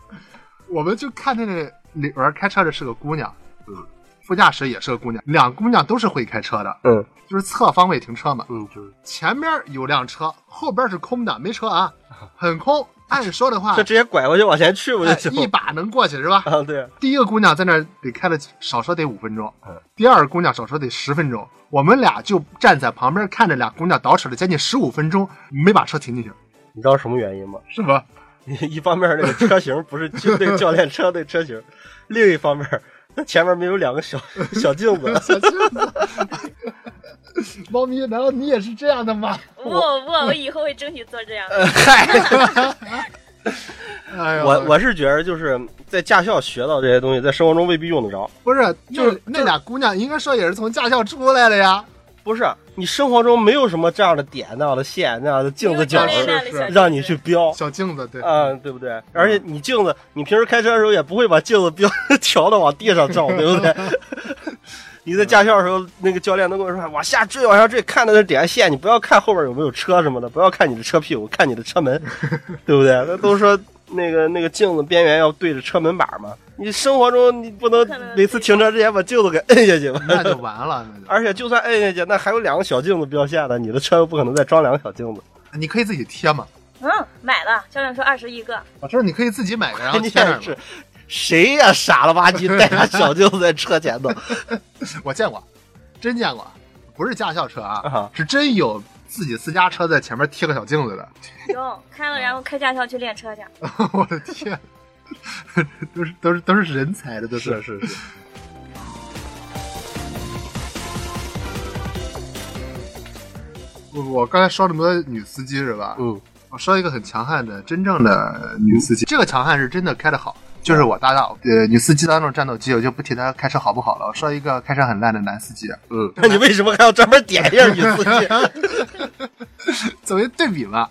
S3: 我们就看那个里边开车的是个姑娘，
S2: 嗯，
S3: 副驾驶也是个姑娘，两姑娘都是会开车的，
S2: 嗯
S3: 就是侧方位停车嘛。
S2: 嗯，就是
S3: 前边有辆车，后边是空的，没车啊，很空。按说的
S4: 啊
S3: 话
S5: 就，直接拐过去往前去不就
S3: 哎
S5: 行
S3: 一
S5: 了？
S3: 把能过去是吧？
S5: 啊，对，
S3: 第一个姑娘在那儿得开了少说得五分钟
S2: 嗯，
S3: 第二个姑娘少说得十分钟，我们俩就站在旁边看着俩姑娘倒饬了将近十五分钟，没把车停进去，
S2: 你知道什么原因吗？
S3: 是吧？
S5: 一方面那个车型不是就那个教练车那车型， 另一方面 那前面没有两个小 小镜 子，
S3: 小镜子，猫咪，难道你也是这样的吗？
S4: 不不，我以后会争取做这样的。
S3: 哎呦，
S5: 我我是觉得就是在驾校学到这些东西，在生活中未必用得着。
S3: 不是，
S5: 就
S3: 就是
S5: 是
S3: 那俩姑娘应该说也是从驾校出来的呀。
S5: 不是啊你生活中没有什么这样的点、那样的线、那样的 镜子角
S4: 没有
S5: 儿，
S4: 教练那样的小
S3: 是
S5: 让你去标
S3: 小镜子，对，
S5: 啊、对不对？而且你镜子，你平时开车的时候也不会把镜子标 调的往地上照，对不对？你在驾校的时候，那个教练都跟我说：“往下坠，往下坠，看到那点线，你不要看后边有没有车什么的，不要看你的车屁股，看你的车门，对不对？”那都说那个那个镜子边缘要对着车门把嘛。你生活中你不能
S4: 不可能
S5: 每次停车之前把镜子给摁下去吧？
S3: 那就完了，那就。
S5: 而且就算摁下去，那还有两个小镜子标下的，你的车又不可能再装两个小镜子。
S3: 你可以自己贴嘛，
S4: 嗯，买了，教练说二十一个，
S3: 我知道你可以自己买个，然后
S5: 关
S3: 贴那儿
S5: 键
S3: 嘛
S5: 是。谁呀、傻了吧唧带俩小舅子在车 前头
S3: 我见过，真见过，不是驾校车啊，
S5: 啊？
S3: 是真有自己私家车在前面贴个小镜子的。
S4: 有开了，然后开驾校去练车去。
S3: 我的天，都是都是都是人才的，都是
S5: 是是，
S3: 我我刚才说了那么多女司机是吧？
S2: 嗯，
S3: 我说一个很强悍的真正的女司机，这个强悍是真的开得好，就是我搭档，呃，女司机当中战斗机，我就不提她开车好不好了。我说一个开车很烂的男司机，
S2: 嗯，
S5: 那你为什么还要专门点一下女司机？
S3: 作为对比吧，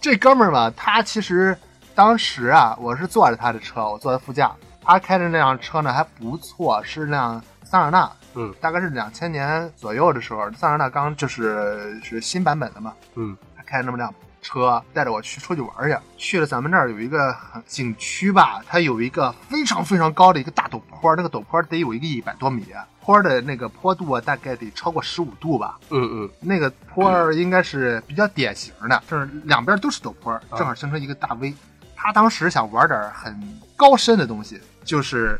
S3: 这哥们儿吧，他其实当时啊，我是坐着他的车，我坐在副驾，他开的那辆车呢还不错，是辆桑塔纳，
S2: 嗯，
S3: 大概是两千年左右的时候，桑塔纳刚就是是新版本的嘛，
S2: 嗯，
S3: 他开着那么辆车带着我去出去玩去，去了咱们那儿有一个景区吧，它有一个非常非常高的一个大陡坡，那个陡坡得有一个一百多米，啊坡的那个坡度啊大概得超过十五度吧，
S2: 嗯嗯，
S3: 那个坡儿应该是比较典型的，就是两边都是陡坡儿，正好形成一个大 V。他当时想玩点儿很高深的东西，就是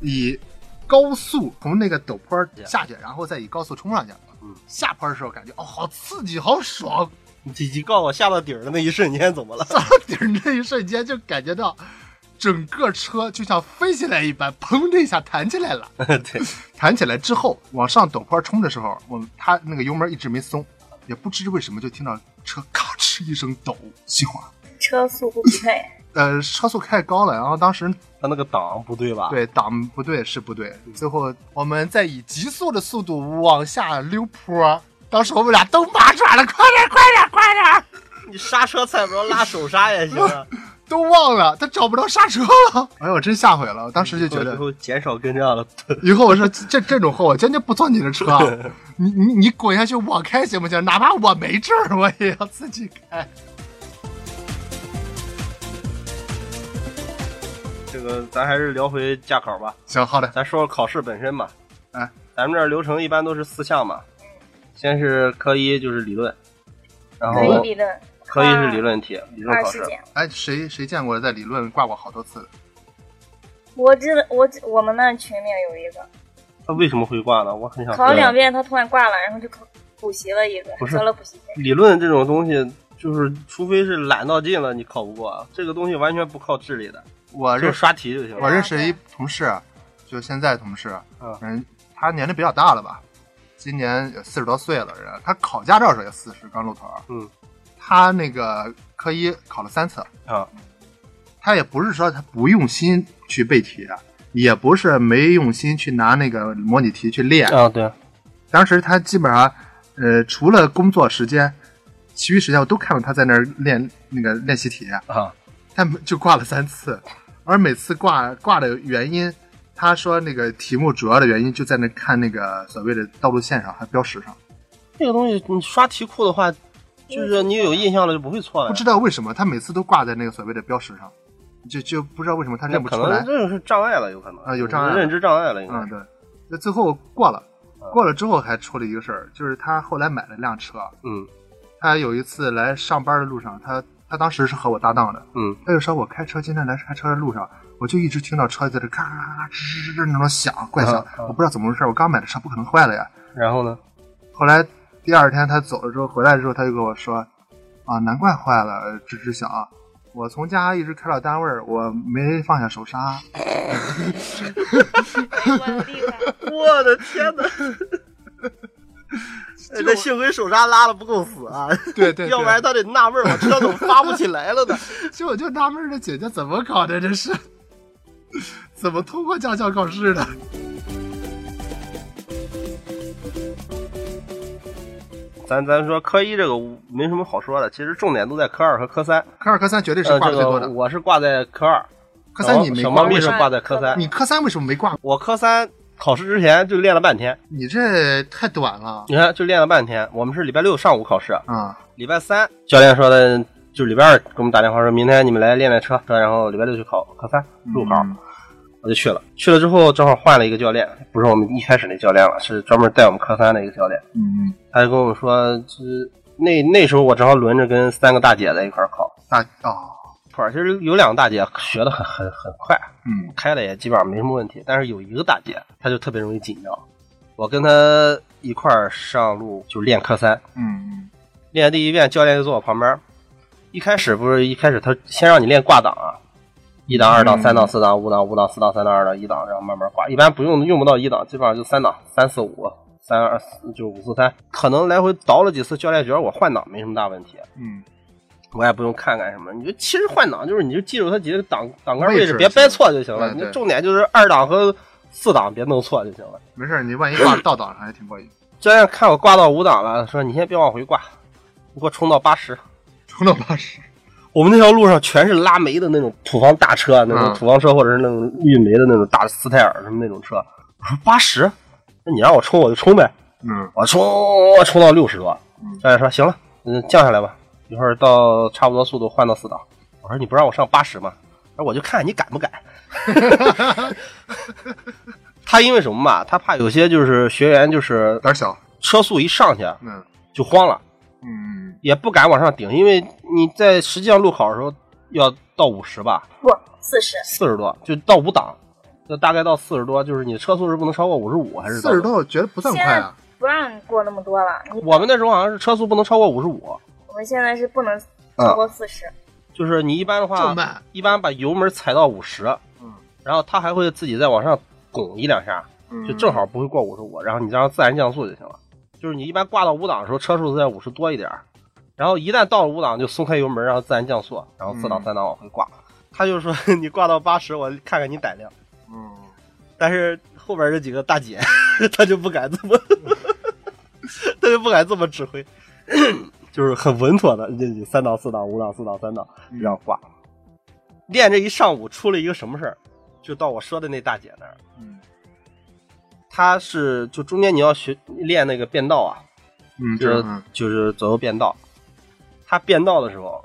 S3: 以高速从那个陡坡儿下去，然后再以高速冲上去
S2: 嗯。
S3: 下坡儿的时候感觉哦，好刺激，好爽！
S5: 你你告诉我下到底儿的那一瞬间怎么了？
S3: 到顶儿那一瞬间就感觉到整个车就像飞起来一般，砰的一下弹起来了。
S2: 对，
S3: 弹起来之后，往上陡坡冲的时候，我们他那个油门一直没松，也不知为什么就听到车咔哧一声抖，熄火。
S4: 车速不匹配，
S3: 呃，车速太高了，然后当时
S2: 他那个档不对吧？，
S3: 对档不对是不对，最后我们再以极速的速度往下溜坡，当时我们俩都麻爪了，快点快点快点，
S5: 你刹车踩不着，拉手刹也行 啊。
S3: 都忘了他找不着刹车了，哎呦，我真吓毁了，我当时就觉得
S2: 以后减少跟这样的，
S3: 以后我说这这种货我坚决不坐你的车，啊你你你滚下去我开行不行？哪怕我没证儿我也要自己开。
S2: 这个咱还是聊回驾考吧。
S3: 行，好的，
S2: 咱说说考试本身吧。
S3: 哎，
S5: 啊
S2: 咱们这儿流程一般都是四项嘛，先是科一就是理论，然
S4: 可以
S2: 后
S4: 理论，
S2: 科一是理论题，理论
S4: 二
S2: 考
S4: 十
S2: 试。
S4: 减。
S3: 哎，谁谁见过在理论挂过好多次的？
S4: 我知道，我知我们那群里有一个
S2: 他为什么会挂呢？我很想
S4: 考了
S2: 知道
S4: 两遍，他突然挂了，然后就考补习了一个，
S2: 啊不是
S4: 交了补习 费。
S2: 理论这种东西，就是除非是懒到尽了，你考不过。啊这个东西完全不靠智力的，
S3: 我
S2: 就
S3: 认
S2: 是刷题就行
S3: 我
S2: 了。
S3: 认识一同事，就现在同事，
S2: 嗯
S3: 嗯，他年龄比较大了吧，今年有四十多岁了，人他考驾照的时候也四十，刚露头。
S2: 嗯，
S3: 他那个科一考了三次
S2: 啊，
S3: 他也不是说他不用心去背题，啊也不是没用心去拿那个模拟题去练，
S2: 啊，对，
S3: 当时他基本上，呃，除了工作时间，其余时间我都看到他在那儿练那个练习题
S2: 啊，
S3: 他们就挂了三次，而每次挂挂的原因，他说那个题目主要的原因就在那看那个所谓的道路线上，还标识上，
S2: 这个东西你刷题库的话，就是你有印象了就不会错了
S3: 不。知道为什么他每次都挂在那个所谓的标识上，就就不知道为什么他
S2: 那
S3: 认不
S2: 可
S3: 出来
S2: 能。这个是障碍了，有可能
S3: 啊有障碍了
S2: 认知障碍了，应该
S3: 嗯，对。那最后过了，过了之后还出了一个事儿，就是他后来买了辆车。
S2: 嗯
S3: 他有一次来上班的路上，他他当时是和我搭档的，
S2: 嗯，
S3: 他就说我开车今天来开车的路上，我就一直听到车在这咔咔咔咔吱吱吱吱那种响，怪响
S2: 嗯，嗯
S3: 我不知道怎么回事，我刚买的车不可能坏了呀。
S2: 然后呢？
S3: 后来第二天他走了之后回来之后，他就跟我说：“啊，难怪坏了，吱吱响。我从家一直开到单位，我没放下手刹。
S4: 我厉害，
S5: 我的天 哪！哎那幸亏手刹拉的不够死啊，
S3: 对对
S5: 要不然他得纳闷儿，我车怎么发不起来了呢？
S3: 就我就纳闷儿这姐姐怎么考的，这是怎么通过驾校考试的？
S2: 咱咱说科一这个没什么好说的，其实重点都在科二和科三。
S3: 科二、科三绝对是
S2: 呃，
S3: 挂
S2: 这
S3: 的最多
S2: 个
S3: 的。
S2: 我是挂在科二，
S3: 科三
S2: 小
S3: 你没
S2: 小
S3: 挂
S2: 猫，咪
S3: 为
S2: 是
S3: 什么
S2: 挂在科三。
S3: 你科三为什么没挂？
S2: 我科三考试之前就练了半天，
S3: 你这太短了
S2: 你看就练了半天。我们是礼拜六上午考试，
S3: 啊！
S2: 礼拜三教练说的，就是礼拜二给我们打电话说，明天你们来练练车，然后礼拜六去考科三入考。
S3: 嗯
S2: 我就去了，去了之后正好换了一个教练，不是我们一开始那教练了，是专门带我们科三的一个教练。
S3: 嗯，
S2: 他就跟我们说，就是那那时候我正好轮着跟三个大姐在一块儿考，
S3: 大哦，
S2: 一块儿其实有两个大姐学的很很很快，
S3: 嗯
S2: 开的也基本上没什么问题，但是有一个大姐她就特别容易紧张。我跟她一块儿上路就练科三，
S3: 嗯
S2: 练第一遍教练就坐我旁边儿，一开始不是一开始他先让你练挂档啊。一档、二档、三档、四档、五档、五档、四档、三档、二档、一档，然后慢慢挂。一般不用用不到一档，基本上就三档，三四五，三二四就五四三，可能来回倒了几次。教练觉得我换挡没什么大问题，
S3: 嗯
S2: 我也不用看干什么。你就其实换挡就是你就记住它几个档档杆
S3: 位
S2: 位
S3: 置
S2: 置，别掰错就行了。
S3: 对
S2: 你
S3: 对
S2: 重点就是二档和四档别弄错就行了。
S3: 嗯，没事儿，你万一挂倒档上还挺过瘾，
S2: 教练看我挂到五档了，说你先别往回挂，你给我冲到八十。
S3: 冲到八十。
S2: 我们那条路上全是拉煤的那种土方大车，那种
S3: 嗯
S2: 土方车或者是那种运煤的那种大斯泰尔什么那种车。我说八十，那你让我冲我就冲呗，
S3: 嗯
S2: 我冲我冲到六十多。教练说行了，嗯，降下来吧，一会儿到差不多速度换到四档。我说你不让我上八十吗？他说我就看你敢不敢。 他因为什么嘛？他怕有些就是学员就是
S3: 胆儿小，
S2: 车速一上去
S3: 嗯
S2: 就慌了。
S3: 嗯
S2: 也不敢往上顶，因为你在实际上路考的时候要到五十吧，
S4: 不四十，
S2: 四十多就到五档，就大概到四十多，就是你车速是不能超过五十五还是
S3: 嗯四十？多我觉得不算快啊。
S4: 不让过那么多了。你
S2: 我们那时候好像是车速不能超过五十五，
S4: 我们现在是不能超过四十、
S2: 就是你一般的
S3: 这
S2: 话
S3: 么，慢，
S2: 一般把油门踩到五十，
S3: 嗯，
S2: 然后它还会自己再往上拱一两下，
S3: 嗯
S2: 就正好不会过五十五，然后你让它自然降速就行了。就是你一般挂到五档的时候，车速在五十多一点儿，然后一旦到了五档就松开油门，然后自然降速，然后四档
S3: 嗯
S2: 三档往回挂。他就说 你挂到八十，我看看你胆量。
S3: 嗯。
S5: 但是后边这几个大姐，她就不敢这么，她就不敢这么指挥，
S2: 就是很稳妥的，你你三档、四档、五档、四档、三档这样挂。嗯练这一上午，出了一个什么事儿？就到我说的那大姐那儿，
S3: 嗯
S2: 她是就中间你要学练那个变道啊，
S3: 嗯，
S2: 就
S3: 这
S2: 是
S3: 嗯
S2: 就是左右变道。她变道的时候，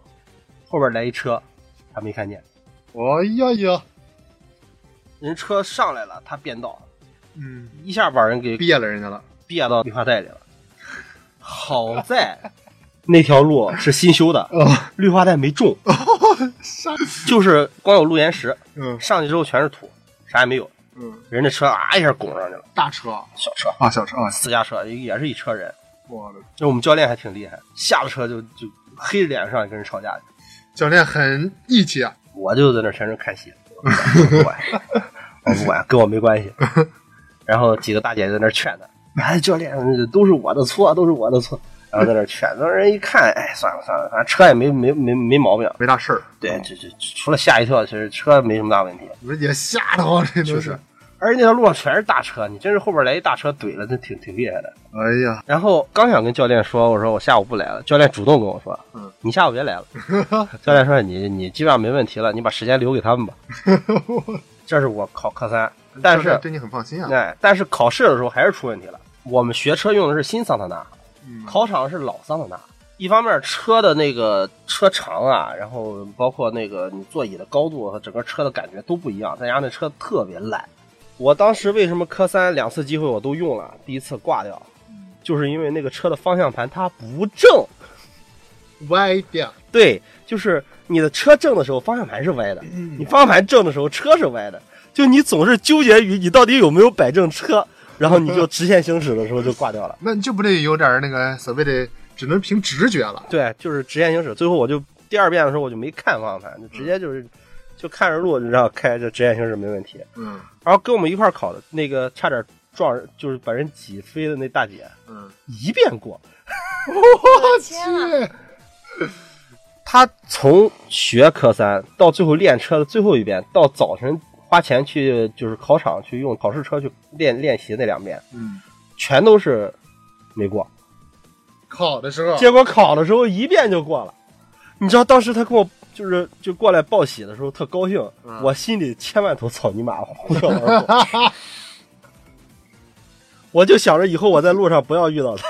S2: 后边来一车，她没看见，
S3: 哎呀呀，
S2: 人车上来了，她变道，
S3: 嗯，
S2: 一下把人给
S3: 憋了人家了，
S2: 憋到绿化带里了。好在那条路是新修的，
S3: 哦，
S2: 绿化带没种，
S3: 吓，
S2: 就是光有路岩石，
S3: 嗯
S2: 上去之后全是土，啥也没有。
S3: 嗯，
S2: 人家车啊一下拱上去了，
S3: 大车
S2: 小车、
S3: 啊，小车啊，
S2: 私家车也是一车人。
S3: 我的
S2: 就我们教练还挺厉害，下了车就就黑着脸上来跟人吵架去。
S3: 教练很义气啊，
S2: 我就在那全程看戏，我不管，我不管，跟我没关系。然后几个大姐在那劝他，哎，教练，都是我的错，都是我的错。然后在那劝，那人一看，哎，算了算了，反正车也没没没没毛病。
S3: 没大事儿，
S2: 对，这这除了吓一跳，其实车没什么大问题。
S3: 我说也吓得慌，这都
S2: 就是是，而且那条路上全是大车，你真是后边来一大车怼了，那挺挺厉害的。
S3: 哎呀，
S2: 然后刚想跟教练说，我说我下午不来了，教练主动跟我说，
S3: 嗯，
S2: 你下午别来了。教练说你你基本上没问题了，你把时间留给他们吧。这是我考科三但
S3: 教练
S2: 是
S3: 对你很放心啊。
S2: 哎，但是考试的时候还是出问题了。我们学车用的是新桑塔纳，
S3: 嗯
S2: 考场是老桑塔纳。一方面车的那个车长啊，然后包括那个你座椅的高度和整个车的感觉都不一样，再加上那车特别烂。我当时为什么科三两次机会我都用了，第一次挂掉，就是因为那个车的方向盘它不正。
S3: 歪掉，
S2: 对，就是你的车正的时候方向盘是歪的，
S3: 嗯
S2: 你方向盘正的时候车是歪的，就你总是纠结于你到底有没有摆正车，然后你就直线行驶的时候就挂掉了。
S3: 那你就不得有点儿那个所谓的只能凭直觉了。
S2: 对，就是直线行驶。最后我就第二遍的时候我就没看方向盘，就直接就是、就看着路，然后开就直线行驶没问题。
S3: 嗯
S2: 然后跟我们一块儿考的那个差点撞人，就是把人挤飞的那大姐，
S3: 嗯，
S2: 一遍过。
S4: 我
S3: 去，
S4: 天啊！
S2: 她从学科三到最后练车的最后一遍，到早晨花钱去就是考场去用考试车去练练习那两遍，
S3: 嗯，
S2: 全都是没过。
S3: 考的时候，
S2: 结果考的时候一遍就过了。你知道当时他跟我就是就过来报喜的时候特高兴，
S3: 嗯
S2: 我心里千万头草泥马呼啸而过。 我就想着以后我在路上不要遇到他。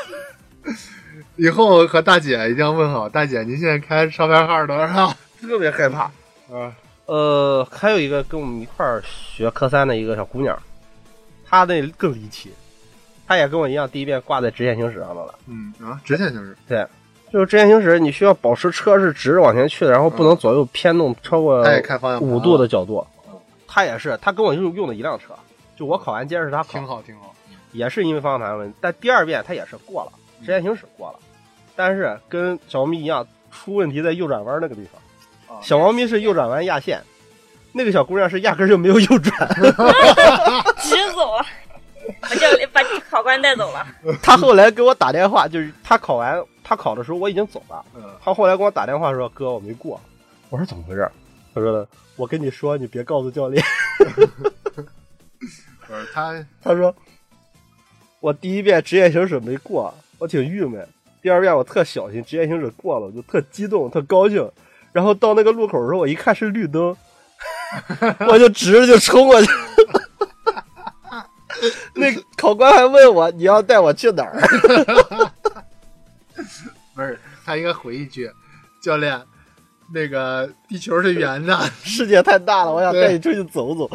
S3: 以后和大姐一定要问好，大姐，您现在开上牌号的是 吧？特别害怕。啊，
S2: 呃，还有一个跟我们一块儿学科三的一个小姑娘，她那更离奇，她也跟我一样，第一遍挂在直线行驶上的了。
S3: 嗯啊，直线就是，
S2: 就是直线行驶，你需要保持车是直着往前去的，然后不能左右偏动超过
S3: 她也开方向盘
S2: 呃五度的角度。他也是，他跟我用用的一辆车，就我考完接着是他考
S3: 挺，好啊挺好。
S2: 也是因为方向盘问题。但第二遍他也是过了，直线行驶过了，但是跟小猫咪一样出问题在右转弯那个地
S3: 啊
S2: 方。小猫咪是右转弯压线，那个小姑娘是压根儿就没有右转，
S4: 直走啊了， 把教练把考官带走 了。
S2: 她后来给我打电话，就是她考完她考的时候我已经走了。
S3: 嗯，
S2: 他后来给我打电话说：“哥，我没过。”我说：“怎么回事？”他说的：“我跟你说，你别告诉教练。
S3: 不是她，”
S2: 他说：“我第一遍职业行驶没过，我挺郁闷；第二遍我特小心，职业行驶过了，我就特激动，特高兴。然后到那个路口的时候，我一看是绿灯， 我就直着就冲过去。那考官还问我你要带我去哪儿？
S3: 不是她应该回一句，教练，那个地球是圆的。
S2: 世界太大了，我想带你出去走走。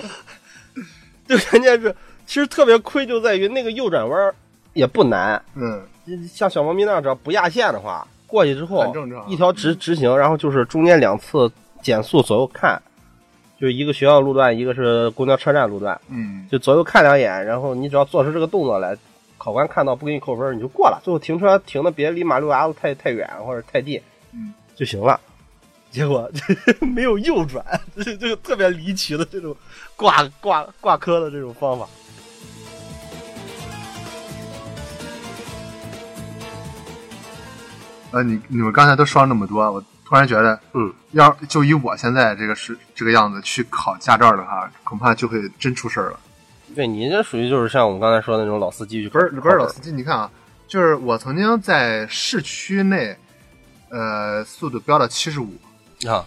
S2: 就关键是，其实特别亏就在于那个右转弯儿也不难，
S3: 嗯，
S2: 像小猫咪那样，只要不压线的话，过去之后
S3: 很正常
S2: 一条直直行，然后就是中间两次减速左右看，就是一个学校路段，一个是公交车站路段，
S3: 嗯，
S2: 就左右看两眼，然后你只要做出这个动作来，考官看到不给你扣分儿，你就过了。最后停车停的别离马路牙子太太远或者太近，
S3: 嗯，
S2: 就行了。结果 没有右转，这这个特别离奇的这种挂挂挂科的这种方法。
S3: 呃，你你们刚才都说了那么多，我突然觉得，
S2: 嗯，
S3: 要就以我现在这个是这个样子去考驾照的话，恐怕就会真出事儿了。
S2: 对你这属于就是像我们刚才说的那种老司机去
S3: 不
S2: 考
S3: 是
S2: 试，
S3: 不是老司机，你看啊，就是我曾经在市区内，呃，速度飙到七十五，
S2: 机啊！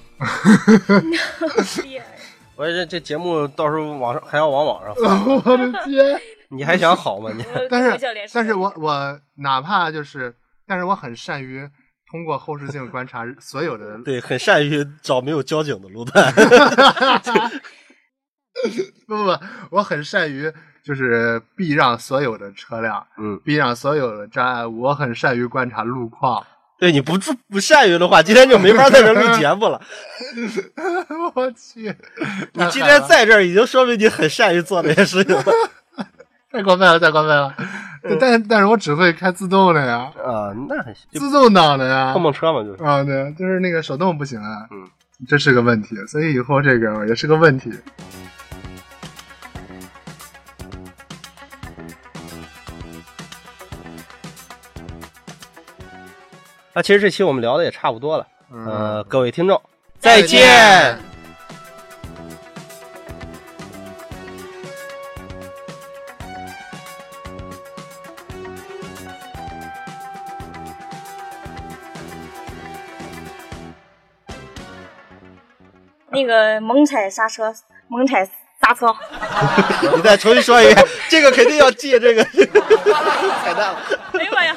S2: 我这这节目到时候网上还要往网上发，
S3: 我的天！
S2: 你还想好吗你？
S4: 我
S3: 但
S4: 我教练
S3: 是但是我我哪怕就是，但是我很善于通过后视镜观察所有的。
S5: 对，很善于找没有交警的路段。
S3: 不不不，我很善于就是避让所有的车辆，
S2: 嗯，
S3: 避让所有的障碍，我很善于观察路况。
S5: 对，你不注不善于的话，今天就没法在这录节 目了。
S3: 我去，
S5: 你今天在这儿，已经说明你很善于做这些事情 了。
S3: 太过分了，太过分了！
S5: 嗯
S3: 但但是我只会开自动的呀，
S2: 啊，那还行，就
S3: 自动挡的呀，
S2: 碰碰车嘛，就是。
S3: 啊，对，就是那个手动不行啊，
S2: 嗯，
S3: 这是个问题，所以以后这个也是个问题。
S2: 那其实这期我们聊的也差不多了，
S3: 嗯
S2: 呃，各位听众，
S4: 再
S2: 再见。
S4: 那个猛踩刹车，猛踩刹车。
S2: 你再重新说一遍，这个肯定要记这个 彩蛋了。
S4: 哎呦妈呀！